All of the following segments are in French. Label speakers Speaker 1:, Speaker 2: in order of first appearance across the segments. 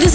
Speaker 1: This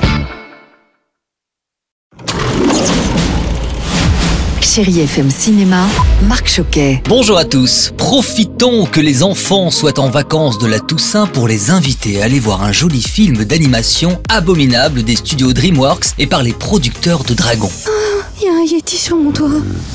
Speaker 2: Chérie FM Cinéma, Marc Choquet.
Speaker 3: Bonjour à tous. Profitons que les enfants soient en vacances de la Toussaint pour les inviter à aller voir un joli film d'animation abominable des studios DreamWorks et par les producteurs de Dragon.
Speaker 4: Il y a un Yeti sur mon toit.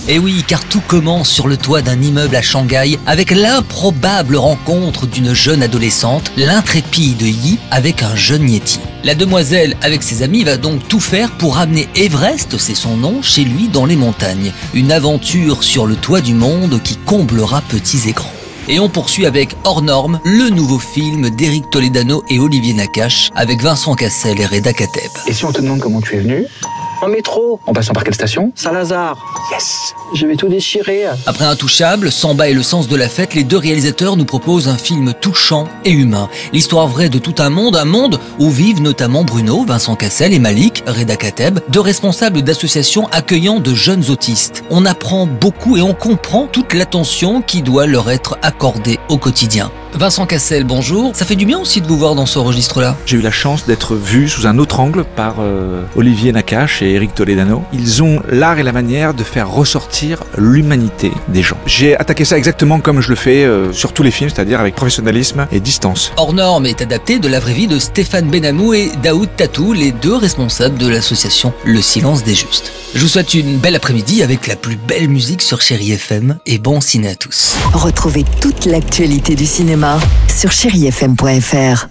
Speaker 3: Et Eh oui, car tout commence sur le toit d'un immeuble à Shanghai avec l'improbable rencontre d'une jeune adolescente, l'intrépide Yi, avec un jeune Yeti. La demoiselle, avec ses amis, va donc tout faire pour amener Everest, c'est son nom, chez lui dans les montagnes. Une aventure sur le toit du monde qui comblera petits et grands. Et on poursuit avec Hors Norme, le nouveau film d'Eric Toledano et Olivier Nakache, avec Vincent Cassel et Reda Kateb.
Speaker 5: Et si on te demande comment tu es venu En métro. En passant par quelle station
Speaker 6: Salazar,
Speaker 5: Yes
Speaker 6: je vais tout déchirer.
Speaker 3: Après Intouchable, Samba et le sens de la fête, les deux réalisateurs nous proposent un film touchant et humain. L'histoire vraie de tout un monde, un monde où vivent notamment Bruno, Vincent Cassel et Malik, Reda Kateb, deux responsables d'associations accueillant de jeunes autistes. On apprend beaucoup et on comprend toute l'attention qui doit leur être accordée au quotidien. Vincent Cassel, bonjour. Ça fait du bien aussi de vous voir dans ce registre-là.
Speaker 7: J'ai eu la chance d'être vu sous un autre angle par euh, Olivier Nakache et Eric Toledano. Ils ont l'art et la manière de faire ressortir l'humanité des gens. J'ai attaqué ça exactement comme je le fais euh, sur tous les films, c'est-à-dire avec professionnalisme et distance.
Speaker 3: Hors norme est adapté de la vraie vie de Stéphane Benamou et Daoud Tatou, les deux responsables de l'association Le Silence des Justes. Je vous souhaite une belle après-midi avec la plus belle musique sur Chéri FM et bon ciné à tous.
Speaker 2: Retrouvez toute l'actualité du cinéma sur chérifm.fr.